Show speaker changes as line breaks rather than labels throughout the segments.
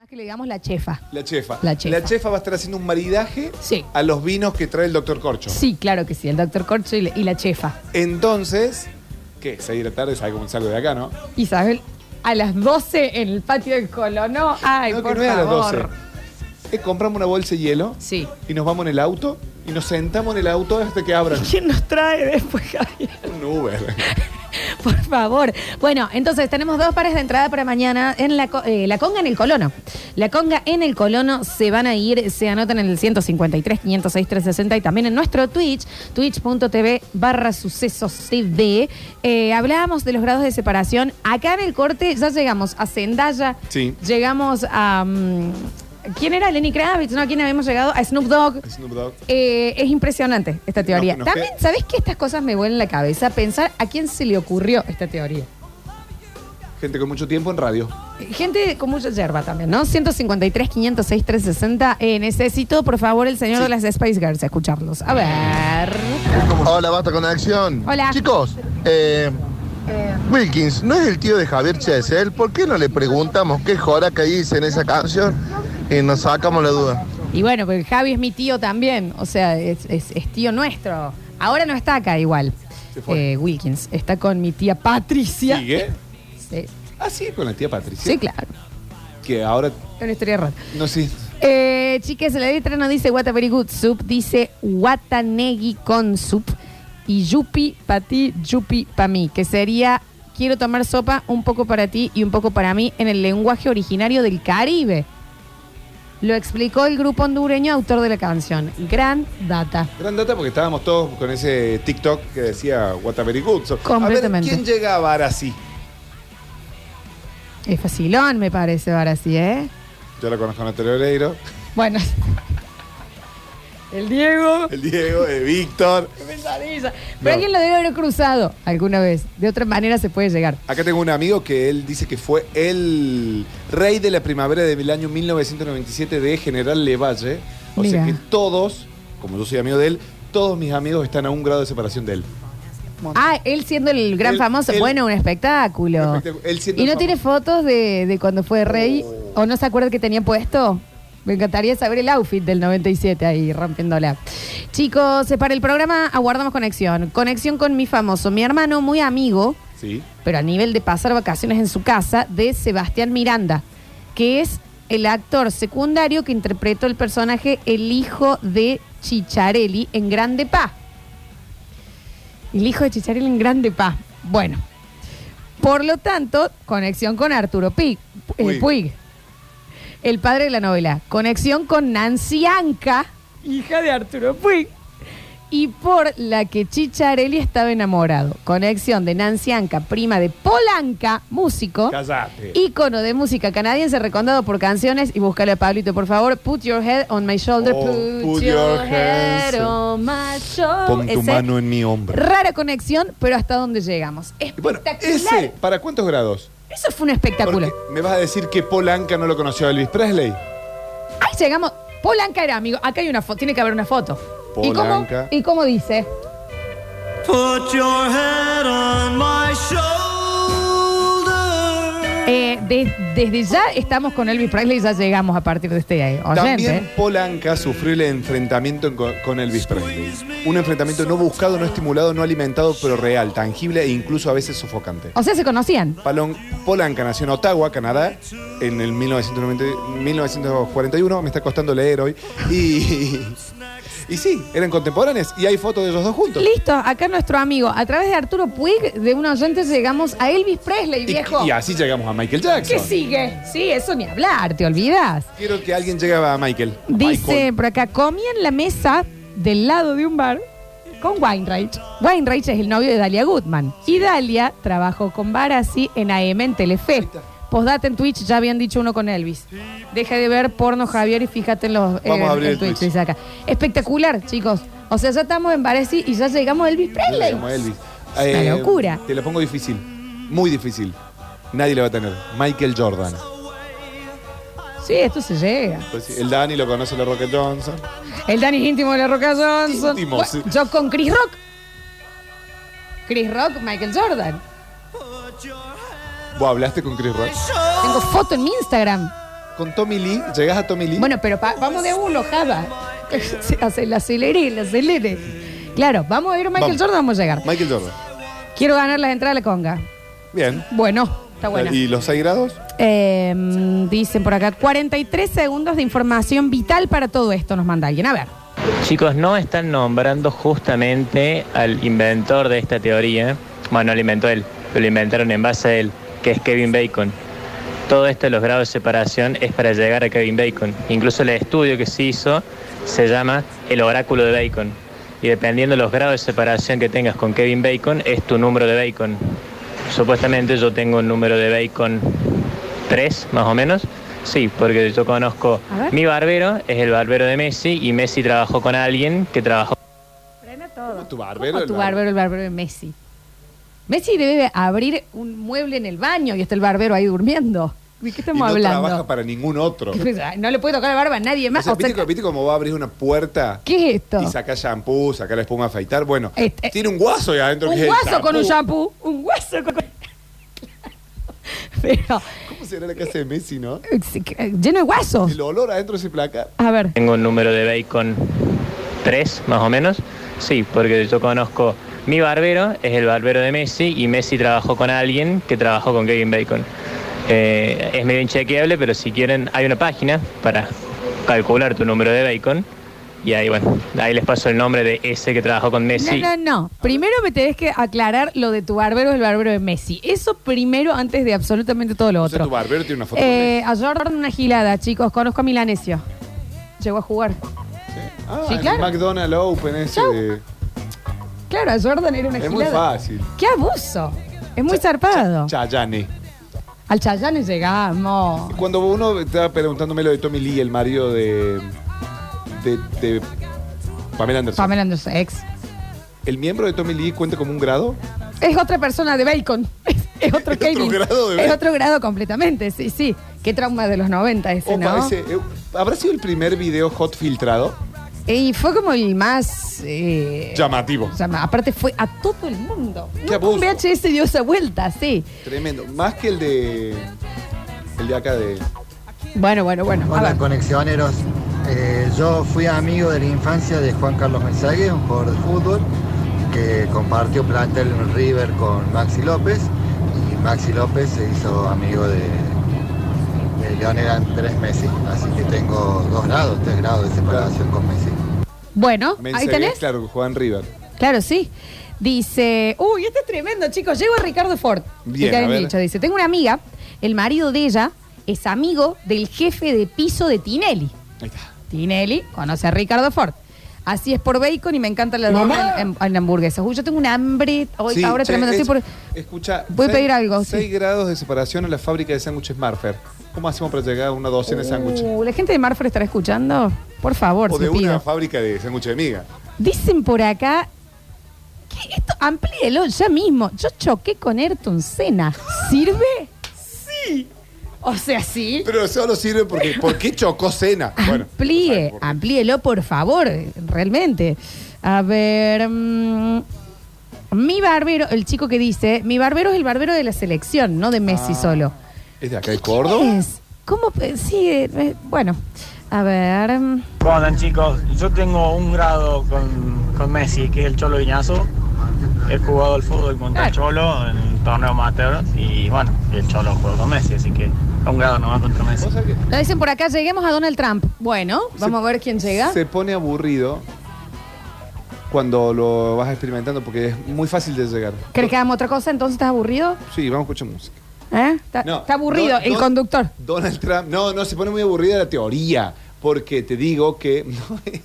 Ah, que le digamos la chefa.
La chefa.
La chefa.
va a estar haciendo un maridaje
Sí.
a los vinos que trae el doctor Corcho.
Sí, claro que sí, el doctor Corcho y, la- y la chefa.
Entonces, ¿qué? Seis de la tarde salgo, salgo de acá, ¿no?
Isabel, a las 12 en el patio del Colono. Ay,
no,
por
que no es a las
favor.
12. Eh, compramos una bolsa de hielo
Sí.
y nos vamos en el auto y nos sentamos en el auto hasta que abran
¿Quién nos trae después, Javier?
un Uber.
Por favor. Bueno, entonces tenemos dos pares de entrada para mañana en la, co- eh, la Conga en el Colono. La Conga en el Colono se van a ir, se anotan en el 153, 506, 360 y también en nuestro Twitch, twitch.tv barra sucesos TV. Eh, hablábamos de los grados de separación. Acá en el corte ya llegamos a Zendaya,
Sí.
llegamos a... mm, ¿Quién era Lenny Kravitz? ¿No? ¿A quién habíamos llegado? A Snoop Dogg.
Snoop Dogg.
Eh, es impresionante esta teoría.
Nos- nos
También,
queda-
¿sabés que estas cosas me vuelven la cabeza? Pensar a quién se le ocurrió esta teoría.
Gente con mucho tiempo en radio.
Gente con mucha yerba también, ¿no? 153, 506, 360. Eh, necesito, por favor, el señor de las Spice Girls a escucharlos. A ver.
Hola, basta con acción.
Hola.
Chicos, eh, Wilkins, ¿no es el tío de Javier Chesel? ¿Por qué no le preguntamos qué jora que dice en esa canción? Y nos sacamos la duda.
Y bueno, porque Javi es mi tío también. O sea, es, es- es tío nuestro. Ahora no está acá igual.
Se fue.
Eh, Wilkins. Está con mi tía Patricia.
¿Sigue?
Sí,
Ah, sí, con la tía Patricia.
sí, claro.
Que ahora,
Es una historia rara.
no sé.
Eh, chicas, la letra no dice What a very good soup, dice Watanegi con soup. Y yupi para ti, yupi para mí, que sería quiero tomar sopa un poco para ti y un poco para mí en el lenguaje originario del Caribe. Lo explicó el grupo hondureño autor de la canción. Gran data.
Gran data porque estábamos todos con ese TikTok que decía What a very good. So, A ver,
Completamente.
¿quién llega a bar así?
Es facilón, me parece, ahora sí, ¿eh?
Yo la conozco a Natalia Oreiro,
Bueno. el Diego.
el Diego, el Víctor.
Pesadilla.
No.
Pero alguien lo debe haber cruzado alguna vez. De otra manera se puede llegar.
Acá tengo un amigo que él dice que fue el rey de la primavera del año 1997 de General Levalle. O
Mira.
sea que todos, como yo soy amigo de él, todos mis amigos están a un grado de separación de él.
Ah, él siendo el gran
Él-
famoso.
él-
bueno, un espectáculo.
Un espectáculo. Él siendo
¿Y
el
no tiene fotos de, de cuando fue rey? ¿O no se acuerda que tenía puesto? Me encantaría saber el outfit del 97 ahí rompiéndola. Chicos, eh, para el programa aguardamos conexión. Conexión con mi famoso, mi hermano muy amigo,
Sí.
pero a nivel de pasar vacaciones en su casa, de Sebastián Miranda, que es el actor secundario que interpretó el personaje El hijo de Chicharelli en Grande Paz. El hijo de Chicharelli en Grande Paz. Bueno. Por lo tanto, conexión con Arturo Pig, eh,
Puig.
Puig, el padre de la novela. Conexión con Nancy Anca, hija de Arturo Puig. Y por la que Chicharelli estaba enamorado. Conexión de Nancy Anca, prima de Polanca, músico.
Cállate.
Ícono de música canadiense recondado por canciones y búscale a Pablito, por favor. Put your head on my shoulder.
Oh, put your hands.
on my shoulder.
Pon tu
Ese-
mano en mi hombro.
Rara conexión, pero hasta dónde llegamos.
Y Bueno,
Espectacular.
ese, ¿para cuántos grados?
Eso fue un espectáculo.
Porque ¿Me vas a decir que Polanca no lo conoció a Elvis Presley?
Ahí llegamos. Polanca era amigo. Acá hay una foto. Tiene que haber una foto. ¿Y cómo-
Polanca.
¿Y cómo, dice?
Put your head on my shoulder.
Eh, de- desde ya estamos con Elvis Presley y ya llegamos a partir de este eh, oyente.
También Polanca sufrió el enfrentamiento con- con Elvis Presley. Un enfrentamiento no buscado, no estimulado, no alimentado, pero real, tangible e incluso a veces sofocante.
O sea, se conocían.
Palon Polanca nació en Ottawa, Canadá, en el 1990 1941. Me está costando leer hoy. Y, y sí, eran contemporáneos. Y hay fotos de ellos dos juntos.
Listo, acá nuestro amigo. A través de Arturo Puig, de un oyente, llegamos a Elvis Presley,
Y,
viejo.
y así llegamos a Michael Jackson.
¿Qué sigue? Sí, eso ni hablar, te olvidas.
Quiero que alguien llegue a Michael.
Dice
Michael.
por acá, comí en la mesa del lado de un bar con Weinreich. Weinreich es el novio de Dalia Goodman. Y Dalia trabajó con Barassi en AM en Telefe.
está.
Postdata en Twitch, ya habían dicho uno con Elvis. Deja de ver porno, Javier, y fíjate en los eh,
Vamos a abrir
en
el Twitch.
dice acá. Espectacular, chicos. O sea, ya estamos en Barassi y ya llegamos a Elvis Presley.
Como Elvis. Eh,
Es una locura.
Te lo pongo difícil. Muy difícil. Nadie lo va a tener. Michael Jordan.
Sí, esto se llega.
Pues sí, el Dani lo conoce la Rocket Johnson.
El Dani íntimo de la Roca Johnson.
Íntimo,
Bueno,
sí.
Yo con Chris Rock. Chris Rock, Michael Jordan.
¿Vos hablaste con Chris Rock?
Tengo foto en mi Instagram.
con Tommy Lee, llegás a Tommy Lee.
Bueno, pero pa- vamos de a uno, Java. Se hace la aceleré, la acelere. Claro, vamos a ir a Michael
Vamos.
Jordan, vamos a llegar.
Michael Jordan.
Quiero ganar las entradas a la conga.
Bien.
Bueno, está buena.
¿Y los 6 grados?
Eh, dicen por acá, 43 segundos de información vital para todo esto, nos manda alguien. A ver.
Chicos, no están nombrando justamente al inventor de esta teoría. Bueno, no lo inventó él, lo inventaron en base a él, que es Kevin Bacon. Todo esto de los grados de separación es para llegar a Kevin Bacon. Incluso el estudio que se hizo se llama el oráculo de Bacon. Y dependiendo de los grados de separación que tengas con Kevin Bacon, es tu número de Bacon. Supuestamente yo tengo un número de Bacon 3, más o menos. Sí, porque yo conozco
A ver.
mi barbero, es el barbero de Messi, y Messi trabajó con alguien que trabajó
todo.
tu barbero,
¿Cómo
el
Ah, tu
barbero?
barbero, el barbero de Messi. Messi debe abrir un mueble en el baño y está el barbero ahí durmiendo. ¿De qué
y
estamos
no
hablando?
trabaja para ningún otro.
¿Qué pasa? No le puede tocar la barba a nadie
O
más.
sea,
o sea,
¿viste, co- viste cómo va a abrir una puerta
¿Qué es esto?
y saca shampoo, saca la espuma a afeitar? Bueno,
Este-
tiene un guaso ahí adentro. que
Un
es el
guaso con un
shampoo.
shampoo. Un guaso con. Pero.
¿Cómo será la casa de Messi, no?
eh, sí, que, eh, Lleno de guasos.
El olor adentro de ese placa.
A ver.
Tengo un número de bacon 3, más o menos. Sí, porque yo conozco mi barbero, es el barbero de Messi, y Messi trabajó con alguien que trabajó con Kevin Bacon. Eh, es medio inchequeable, pero si quieren, hay una página para calcular tu número de bacon. Y ahí, bueno, ahí les paso el nombre de ese que trabajó con
No,
Messi.
no, no. Primero me tenés que aclarar lo de tu barbero es el barbero de Messi. Eso primero antes de absolutamente todo lo
O sea,
otro.
tu barbero tiene una foto con
Eh, a Jordan una gilada, chicos. Conozco a Milanesio. Llegó a jugar.
Messi. Ah,
sí,
el
claro.
McDonald's Open ese.
Chau.
de-
Claro, a Jordan era una
Es muy
gilada.
fácil.
¡Qué abuso! Es muy zarpado.
Chayane.
Al Chayanne llegamos.
Cuando uno estaba preguntándome lo de Tommy Lee, el marido de, de, de Pamela Anderson.
Pamela Anderson, ex.
¿El miembro de Tommy Lee cuenta como un grado?
Es otra persona de Bacon. Es otro
Es otro
Kevin.
grado de
Es
Bacon.
otro grado completamente, sí, sí. Qué trauma de los 90 ese,
Opa,
¿no?
ese, eh, ¿Habrá sido el primer video hot filtrado?
Y fue como el más... eh,
Llamativo.
o sea, aparte fue a todo el mundo.
Qué
Nunca un
abuso.
VHS dio esa vuelta, sí.
Tremendo. Más que el de. El de acá de.
Bueno, bueno, bueno. A
Hola
ver.
conexioneros, Eh, yo fui amigo de la infancia de Juan Carlos Mesague, un jugador de fútbol que compartió plantel en River con Maxi López y Maxi López se hizo amigo de, de Lionel Andrés Messi, así que tengo dos grados, tres grados de separación con Messi.
Bueno, ahí
Mensagué,
tenés.
Claro, Juan River.
Claro, sí. Dice, uy, este es tremendo, chicos. Llego a Ricardo Ford.
Bien,
Que te
a
han
ver.
dicho. Dice, tengo una amiga, el marido de ella es amigo del jefe de piso de Tinelli.
Ahí está.
Tinelli conoce a Ricardo Ford. Así es por bacon y me encanta la en, en- en hamburguesas. Uy, yo tengo un hambre hoy,
Sí,
ahora
che,
tremendo. Estoy
es-
por-
Escucha.
Voy a
seis-
pedir algo, sí.
6 grados de separación en la fábrica de sándwiches Marfer. ¿Cómo hacemos para llegar a una docena de sándwiches?
Uh, la gente de Marfer estará escuchando. Por favor,
O
se
de
pido.
una fábrica de sándwiches de miga.
Dicen por acá. que Esto, amplíelo ya mismo. Yo choqué con Ayrton Senna. ¿Sirve? Sí. O sea, sí.
Pero solo sirve porque. ¿Por qué chocó cena? Bueno.
Amplíe,
no sabemos por qué.
amplíelo, por favor, realmente. A ver. mm, mi barbero, el chico que dice, mi barbero es el barbero de la selección, no de
Ah,
Messi solo.
¿Es de acá de Córdoba?
Es, ¿Cómo? pe- Sí, eh, eh, bueno. A ver. mm,
¿Cómo andan chicos? Yo tengo un grado con, con Messi, que es el Cholo Viñazo. He jugado al fútbol contra el Cholo en el torneo amateur y bueno, el Cholo jugó con Messi, así que a un grado nomás contra Messi.
¿Vos sabés que
Lo dicen por acá, lleguemos a Donald Trump. Bueno, vamos a ver quién llega.
Se pone aburrido cuando lo vas experimentando porque es muy fácil de llegar.
¿Crees que hagamos otra cosa? Entonces estás aburrido.
Sí, vamos a escuchar música.
¿Eh? Está,
No,
está aburrido
Don-
el
Don-
conductor.
Donald Trump. No, no, se pone muy aburrida la teoría. Porque te digo que. No, es-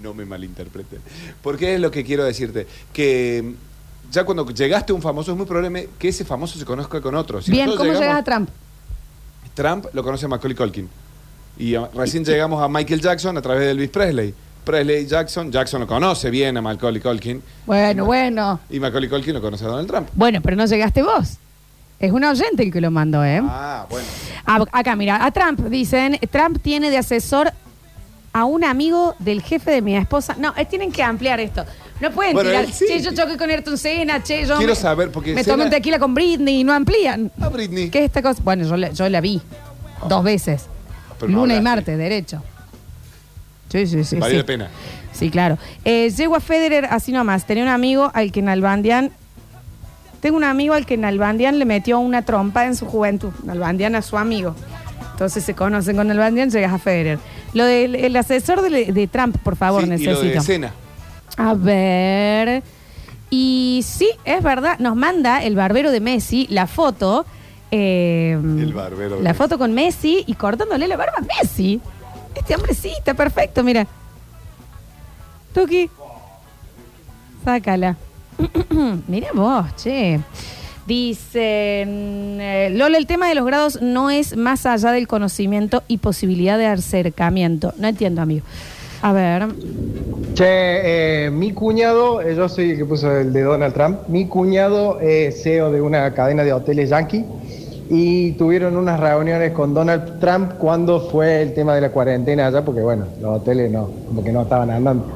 no me malinterpreten. Porque es lo que quiero decirte. Que ya cuando llegaste a un famoso, es muy probable que ese famoso se conozca con otro. Si
Bien, ¿cómo
nosotros
llegas a
llegamos-
Trump?
Trump lo conoce a Macaulay Culkin. Y a- recién llegamos a Michael Jackson a través de Elvis Presley. Presley Jackson, Jackson lo conoce bien a Macaulay Culkin.
Bueno, bueno.
Y Macaulay Culkin lo conoce a Donald Trump.
Bueno, pero no llegaste vos. Es un oyente el que lo mandó, ¿eh?
Ah, bueno.
Ah, acá, mira, a Trump dicen, Trump tiene de asesor a un amigo del jefe de mi esposa. No, eh, tienen que ampliar esto. No pueden
Bueno,
tirar,
él sí.
che, yo choqué con Ayrton Senna, che, yo
Quiero
me,
saber, porque
me
Senna-
tomé un tequila con Britney y no amplían.
A Britney.
¿Qué es esta cosa? Bueno, yo la, yo la vi dos veces.
Pero no
Luna y
hablaste.
martes, derecho. Sí, sí, sí.
Valió
sí.
la pena.
Sí, claro. Eh, llego a Federer así nomás. Tenía un amigo al que Nalbandian. Tengo un amigo al que Nalbandian le metió una trompa en su juventud. Nalbandian a su amigo. Entonces se conocen con Nalbandian, llegas a Federer. Lo del el asesor de, de Trump, por favor,
Sí, y
necesito.
lo de escena.
A ver. Y sí, es verdad, nos manda el barbero de Messi la foto. eh,
El barbero de
La
Messi.
foto con Messi y cortándole la barba a Messi. Este hombre sí, está perfecto, mira. Tuki. Sácala. mira vos, che. Dicen, eh, Lola, el tema de los grados no es más allá del conocimiento y posibilidad de acercamiento. No entiendo, amigo. A ver.
Che, eh, mi cuñado, eh, yo soy el que puso el de Donald Trump, mi cuñado es CEO de una cadena de hoteles yankee y tuvieron unas reuniones con Donald Trump cuando fue el tema de la cuarentena allá, porque bueno, los hoteles no, como que no estaban andando.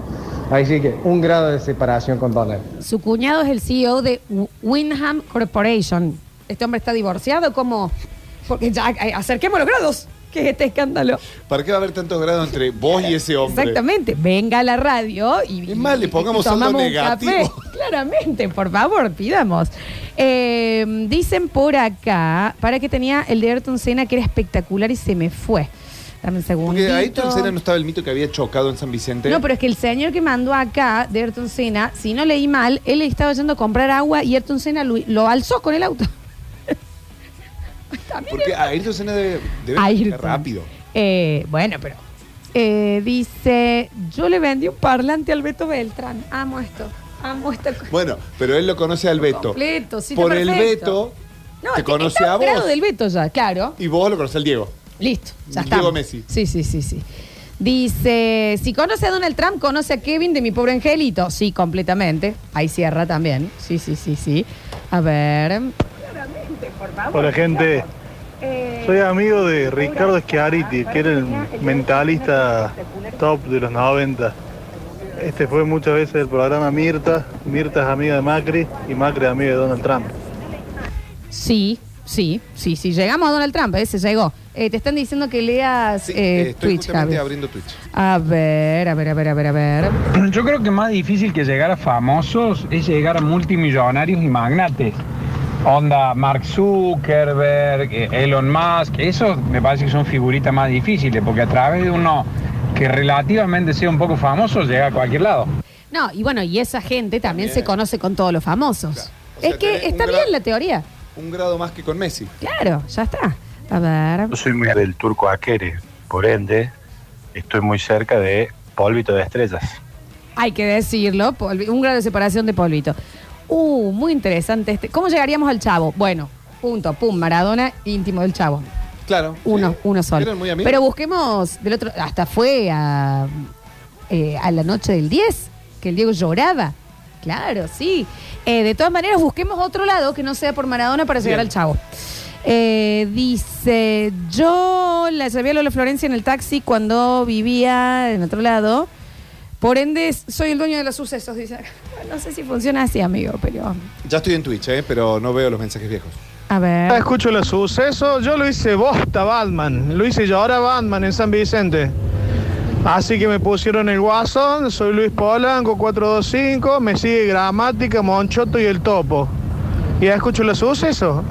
Así que un grado de separación con Donald.
Su cuñado es el CEO de W- Wyndham Corporation. Este hombre está divorciado, ¿cómo? Porque ya, eh, acerquemos los grados. ¿Qué es este escándalo?
¿Para qué va a haber tantos grados entre vos y ese hombre?
Exactamente. Venga a la radio y.
Es más, le
y-
pongamos
y tomamos
saldo
un
negativo.
café. Claramente, por favor, pidamos. Eh, dicen por acá, para que tenía el de Ayrton Senna que era espectacular y se me fue. Dame un segundo.
Porque ahí Toncena no estaba el mito que había chocado en San Vicente.
No, pero es que el señor que mandó acá de Ayrton Senna, si no leí mal, él estaba yendo a comprar agua y Ayrton Senna lo, lo alzó con el auto. También
Porque a Ayrton Senna debe, debe
Ayrton.
rápido.
Eh, bueno, pero. eh, dice: Yo le vendí un parlante al Beto Beltrán. Amo esto. Amo esta cosa.
Bueno, pero él lo conoce al Beto.
Completo, sí, está
Por el
perfecto.
Beto,
No,
te
es que
conoce
está
a
un grado
vos.
del Eh, Beto ya, claro.
y vos lo conoces al Diego.
Listo, ya
Diego
está.
Messi.
Sí, sí, sí, sí. Dice, si conoce a Donald Trump, conoce a Kevin de mi pobre angelito. Sí, completamente. Ahí cierra también. Sí, sí, sí, sí. A ver.
Hola gente, soy amigo de Ricardo Schiariti, que era el mentalista top de los 90. Este fue muchas veces el programa Mirta, Mirta es amiga de Macri y Macri es amiga de Donald Trump.
Sí, sí, sí, sí. Llegamos a Donald Trump, ese llegó. Eh, te están diciendo que leas
Sí,
eh,
eh, estoy
Twitch,
justamente
Javi.
abriendo Twitch.
A ver, a ver, a ver, a ver, a ver.
Yo creo que más difícil que llegar a famosos es llegar a multimillonarios y magnates. Onda Mark Zuckerberg, eh, Elon Musk, esos me parece que son figuritas más difíciles, porque a través de uno que relativamente sea un poco famoso llega a cualquier lado.
No, y bueno, y esa gente también se conoce con todos los famosos.
Claro. O sea,
es que
tenés
está
un
bien
gra-
la teoría.
Un grado más que con Messi.
Claro, ya está. A ver.
Yo soy muy del turco Aquere, por ende, estoy muy cerca de Polvito de Estrellas.
Hay que decirlo, Polvi- un grado de separación de polvito. Uh, muy interesante este. ¿Cómo llegaríamos al chavo? Bueno, punto, pum, Maradona, íntimo del chavo.
Claro.
Uno,
Sí.
uno solo.
Eran muy amigos.
Pero busquemos del otro, hasta fue a, eh, a la noche del 10, que el Diego lloraba. Claro, sí. Eh, de todas maneras, busquemos otro lado que no sea por Maradona para llegar
Bien.
al chavo. Eh, dice, yo la llevé a Lola Florencia en el taxi cuando vivía en otro lado. Por ende, es- soy el dueño de los sucesos, dice. No sé si funciona así, amigo, pero...
Ya estoy en Twitch, eh, pero no veo los mensajes viejos.
A
Ya
Ah,
ver.
escucho los sucesos, yo lo hice bosta Batman, lo hice yo ahora Batman en San Vicente. Así que me pusieron el guasón, soy Luis Polanco 425, me sigue Gramática, Monchoto y el Topo. Y ya escucho los sucesos.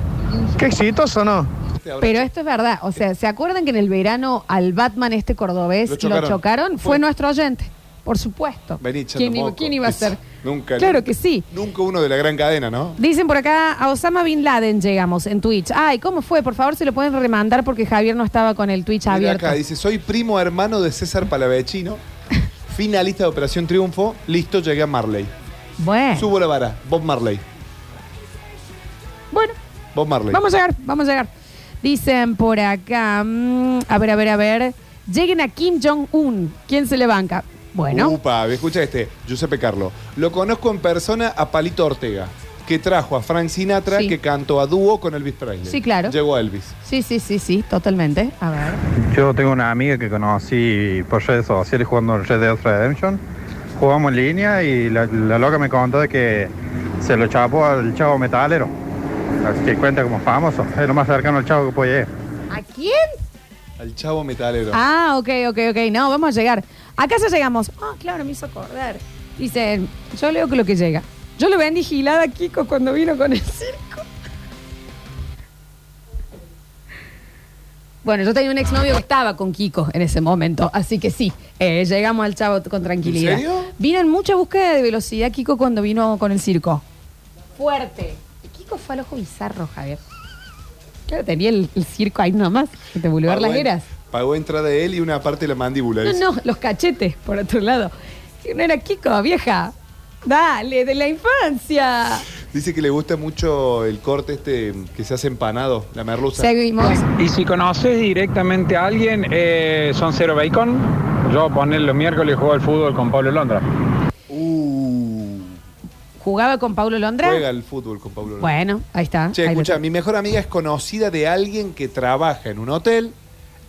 Qué exitoso, ¿no?
Este ahora-
Pero esto es verdad. O sea, ¿se acuerdan que en el verano al Batman este cordobés
Lo
lo
chocaron.
chocaron?
Fue.
Fue nuestro oyente, por supuesto.
Vení echando
¿Quién, iba-
moco.
quién iba a ser?
Nunca.
Claro que sí.
Nunca uno de la gran cadena, ¿no?
Dicen por acá, a Osama Bin Laden llegamos en Twitch. Ay, ¿cómo fue? Por favor, se lo pueden remandar porque Javier no estaba con el Twitch
Mira
abierto.
acá, dice, soy primo hermano de César Palavecino, finalista de Operación Triunfo, listo, llegué a Marley.
Bueno,
Subo la vara, Bob Marley.
bueno,
Bob Marley.
vamos a llegar, vamos a llegar. Dicen por acá, mm, a ver, a ver, a ver. Lleguen a Kim Jong-un. ¿Quién se le banca? Bueno.
Upa, escucha este, Giuseppe Carlo. Lo conozco en persona a Palito Ortega, que trajo a Frank Sinatra,
Sí.
que cantó a dúo con Elvis Presley.
Sí, claro.
Llegó Elvis.
Sí, sí, sí, sí, totalmente. A ver.
Yo tengo una amiga que conocí por redes sociales jugando Red Dead Redemption. Jugamos en línea y la, la loca me contó de que se lo chapó al chavo metalero. Así que cuenta como famoso. Es lo más cercano al chavo que puede llegar.
¿A quién?
Al chavo metalero.
Ah, ok, ok, ok. No, vamos a llegar. ¿A casa llegamos? Ah, claro, me hizo acordar. Dicen, yo leo que lo que llega. Yo lo vendí gilada a Kiko cuando vino con el circo. Bueno, yo tenía un exnovio que estaba con Kiko en ese momento, así que sí, eh, llegamos al chavo con tranquilidad.
¿En serio?
Vino en mucha búsqueda de velocidad Kiko cuando vino con el circo. Fuerte. Kiko fue al ojo bizarro, Javier. Claro, tenía el, el circo ahí nomás, de Boulevard
Pagó
Las
en-
Heras.
Pagó entrada de él y una parte de la mandíbula. dice.
No, no, los cachetes, por otro lado. Que No era Kiko, vieja. Dale, de la infancia.
Dice que le gusta mucho el corte este que se hace empanado, la merluza.
Seguimos.
Y si conoces directamente a alguien, eh, son cero bacon. Yo poner los miércoles juego al fútbol con Pablo Londra.
Uh,
¿Jugaba con Paulo Londra?
juega al fútbol con Pablo. Londra.
Bueno, ahí está.
Che,
ahí lo
escucha,
tengo.
mi mejor amiga es conocida de alguien que trabaja en un hotel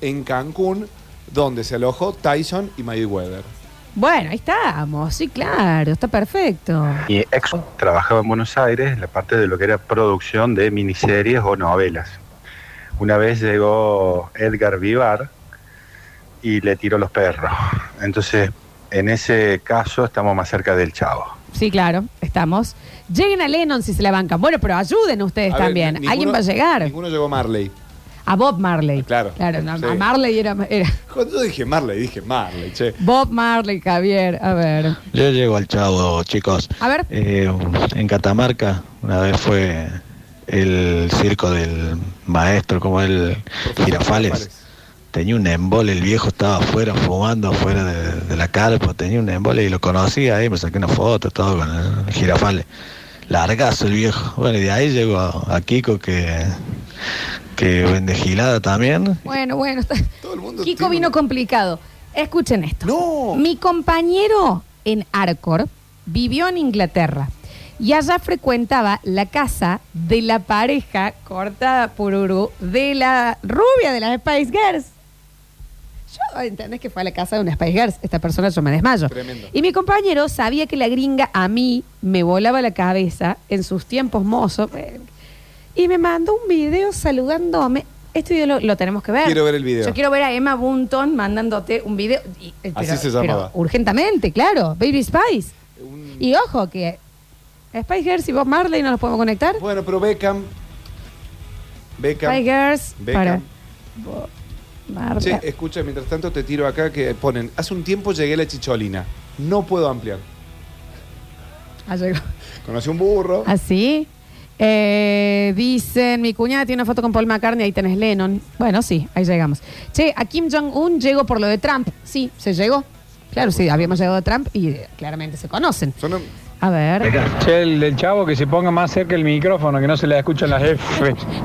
en Cancún donde se alojó Tyson y Mayweather.
Bueno, ahí estamos. Sí, claro, está perfecto.
Y ex trabajaba en Buenos Aires en la parte de lo que era producción de miniseries o novelas. Una vez llegó Edgar Vivar y le tiró los perros. Entonces, en ese caso estamos más cerca del chavo.
Sí, claro, estamos. Lleguen a Lennon si se la bancan. Bueno, pero ayuden ustedes
A ver,
también.
ni- ninguno-
Alguien va a llegar.
Ninguno llegó Marley.
A Bob Marley.
Claro,
Claro, no,
sí.
a Marley era, era.
Cuando yo dije Marley, dije Marley, che.
Bob Marley, Javier. A ver.
Yo llego al chavo, chicos.
A ver.
Eh, en Catamarca, una vez fue el circo del maestro, como el Girafales. Tenía un embole, el viejo estaba afuera fumando, afuera de, de la carpa, tenía un embole y lo conocía ahí, me saqué una foto, todo con el Girafales. Largazo el viejo. Bueno, y de ahí llegó a, a Kiko que, que vende gilada también.
Bueno, bueno. está-
Todo el mundo
Kiko
tiene
vino
un-
complicado. Escuchen esto.
No.
Mi compañero en Arcor vivió en Inglaterra y allá frecuentaba la casa de la pareja cortada por Uru de la rubia de las Spice Girls. Yo entendés que fue a la casa de una Spice Girls. Esta persona yo me desmayo.
Tremendo.
Y mi compañero sabía que la gringa a mí me volaba la cabeza en sus tiempos mozos. eh, Y me mandó un video saludándome. Este video lo, lo tenemos que ver.
Quiero ver el video.
Yo quiero ver a Emma Bunton mandándote un video. y- eh,
Así se llamaba.
urgentemente, claro. Baby Spice.
Un-
Y ojo que Spice Girls y Bob Marley no los podemos conectar.
Bueno, pero Beckham. Beckham.
Spice Girls para
Beckham. eh.
Bob Marley.
Che, escucha, mientras tanto te tiro acá que ponen. Hace un tiempo llegué a la chicholina. No puedo ampliar.
Ah, llegó.
Conocí un burro.
Así. Eh, dicen, mi cuñada tiene una foto con Paul McCartney, ahí tenés Lennon. Bueno, sí, ahí llegamos. Che, a Kim Jong-un llegó por lo de Trump. Sí, se llegó. Claro, sí, habíamos llegado a Trump y eh, claramente se conocen.
Son
A ver,
Che, el, el chavo que se ponga más cerca el micrófono, que no se le escuchan las F.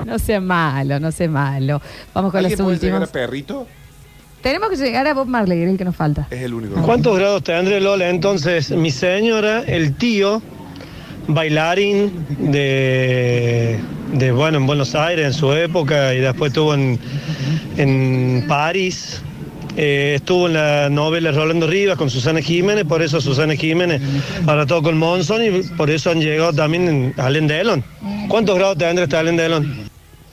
no sea malo, no sea malo. Vamos con las
¿Alguien puede llegar
últimas.
a perrito?
Tenemos que llegar a Bob Marley, es el que nos falta.
Es el único.
¿Cuántos grados tendré Lola? Entonces, mi señora, el tío, bailarín de, de, bueno, en Buenos Aires en su época y después estuvo en, en París. eh, estuvo en la novela Rolando Rivas con Susana Jiménez, por eso Susana Jiménez ahora todo con Monson y por eso han llegado también en Allen Delon. ¿Cuántos grados tendrá este Allen Delon?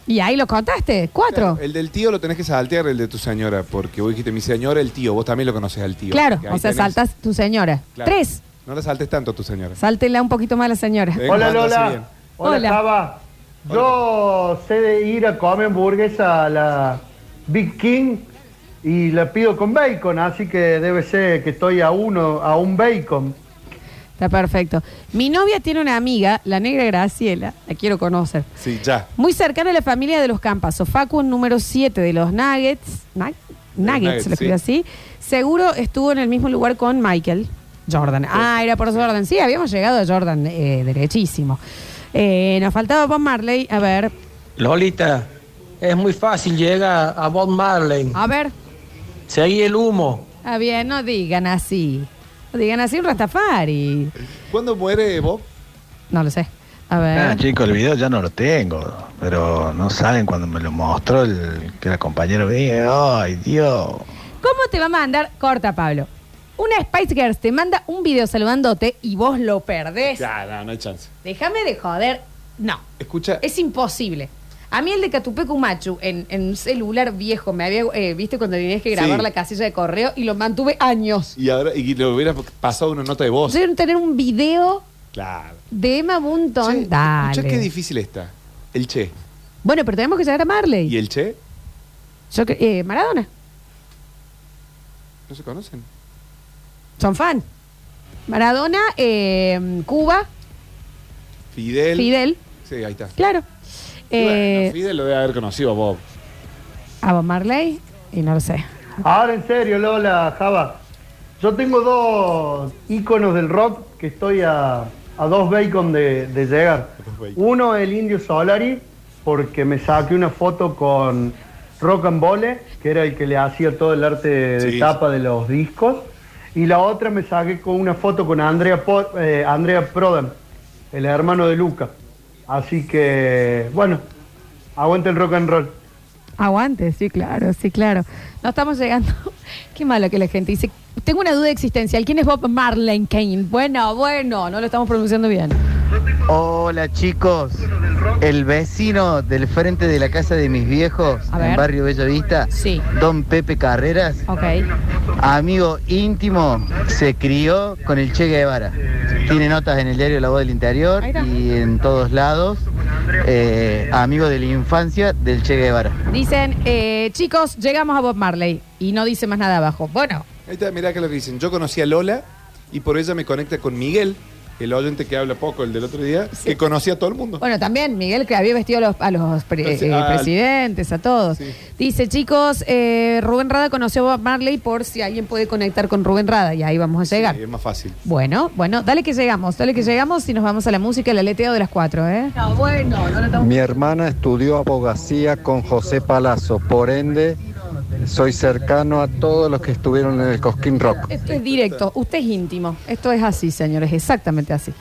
Y ahí lo contaste, cuatro.
El del tío lo tenés que saltear, el de tu señora, porque vos dijiste mi señora, el tío. Vos también lo conoces al tío.
Claro,
Que eh, ahí
o sea,
tenés-
saltas tu señora.
Claro.
Tres,
No la saltes tanto a tu señora.
sáltela un poquito más a la señora.
Eh,
Hola,
¿cómo andas?
Lola.
Bien.
Hola,
Hola.
Java. Yo sé de ir a comer hamburguesa a la Big King y la pido con bacon, así que debe ser que estoy a uno, a un bacon.
Está perfecto. Mi novia tiene una amiga, la negra Graciela, la quiero conocer.
Sí, ya.
Muy cercana a la familia de los Campas. Facu número 7 de los Nuggets. Nug- Nuggets,
Nuggets,
lo escribo así. Seguro estuvo en el mismo lugar con Michael Jordan. Ah, era por Jordan. Sí, habíamos llegado a Jordan eh, derechísimo. Eh, nos faltaba Bob Marley. A ver,
Lolita, es muy fácil, llega a Bob Marley.
a ver.
Seguí el humo.
Ah, bien, no digan así. No digan así un Rastafari.
¿Cuándo muere Bob?
No lo sé. A ver.
Ah, chicos, el video ya no lo tengo, pero no saben cuando me lo mostró el que era compañero. me dije, Ay, Dios.
¿Cómo te va a mandar, corta Pablo, una Spice Girls te manda un video saludándote y vos lo perdés?
Ya, no, no hay chance.
Déjame de joder. No,
Escucha,
es imposible. A mí el de Catupecu Machu en, en un celular viejo me había, eh, viste, cuando tenías que grabar
Sí.
la casilla de correo y lo mantuve años.
Y ahora y le hubiera pasado una nota de voz.
Yo quiero tener un video
Claro.
de Emma Bunton.
Escuchá
Dale.
qué difícil está. El Che.
Bueno, pero tenemos que llegar a Marley.
¿Y el Che?
Yo que- eh, Maradona,
¿No se conocen?
son fan. Maradona, eh, Cuba,
Fidel.
Fidel,
Sí, ahí está.
claro.
Y bueno,
Eh,
Fidel lo debe haber conocido a Bob.
a Bob Marley, y no lo sé.
Ahora en serio, Lola, Java. Yo tengo dos íconos del rock que estoy a, a dos bacon de, de llegar. Uno el Indio Solari, porque me saqué una foto con Rock and Bole, que era el que le hacía todo el arte de
Sí.
tapa de los discos. Y la otra me saqué con una foto con Andrea, Po- eh, Andrea Prodan, el hermano de Luca. Así que, bueno, aguante el rock and roll.
Aguante, sí, claro, sí, claro. No estamos llegando. Qué malo que la gente dice. Tengo una duda existencial. ¿Quién es Bob Marley Kane? Bueno, bueno, no lo estamos pronunciando bien.
Hola chicos, el vecino del frente de la casa de mis viejos
A ver.
en Barrio Bellavista, don Pepe Carreras,
Ok.
amigo íntimo, se crió con el Che Guevara. Tiene notas en el diario La Voz del Interior y en todos lados, eh, amigo de la infancia del Che Guevara.
Dicen, eh, chicos, llegamos a Bob Marley. Y no dice más nada abajo. Bueno,
Ahí está, mirá que lo que dicen. Yo conocí a Lola y por ella me conecta con Miguel, el oyente que habla poco, el del otro día, que conocía a todo el mundo.
bueno, también Miguel que había vestido a los, a los pre-
Entonces,
eh,
al-
presidentes, a todos. Dice, chicos, eh, Rubén Rada conoció a Bob Marley por si alguien puede conectar con Rubén Rada. Y ahí vamos a llegar.
Sí, es más fácil.
Bueno, bueno, dale que llegamos, dale que llegamos y nos vamos a la música, el aleteo de las cuatro, ¿eh? No, bueno, no lo
Mi hermana estudió abogacía con José Palazzo, por ende soy cercano a todos los que estuvieron en el Cosquín Rock.
Esto
Este
es directo, usted es íntimo. Esto es así, señores, exactamente así.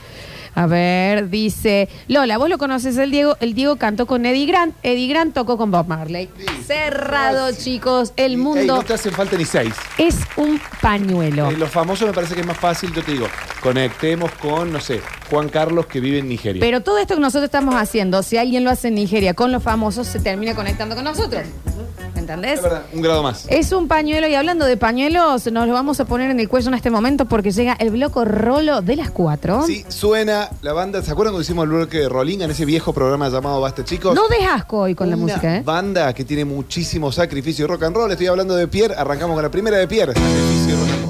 A ver, dice Lola, vos lo conoces el Diego, el Diego cantó con Eddie Grant, Eddie Grant tocó con Bob Marley. Cerrado, chicos, el
Ey,
mundo
no te hacen falta ni seis.
es un pañuelo.
Eh, los famosos me parece que es más fácil, yo te digo, conectemos con, no sé, Juan Carlos que vive en Nigeria.
Pero todo esto que nosotros estamos haciendo, si alguien lo hace en Nigeria con los famosos, se termina conectando con nosotros. ¿Me ¿Entendés?
Un grado más.
Es un pañuelo y hablando de pañuelos, nos lo vamos a poner en el cuello en este momento porque llega el bloco rolo de las cuatro.
Sí, suena la banda. ¿Se acuerdan cuando hicimos el bloque de Rolling en ese viejo programa llamado Basta Chicos?
No des asco hoy con la
Una
música, ¿eh?
Banda que tiene muchísimo sacrificio y rock and roll. Estoy hablando de Pierre. Arrancamos con la primera de Pierre. Sacrificio y rock and roll.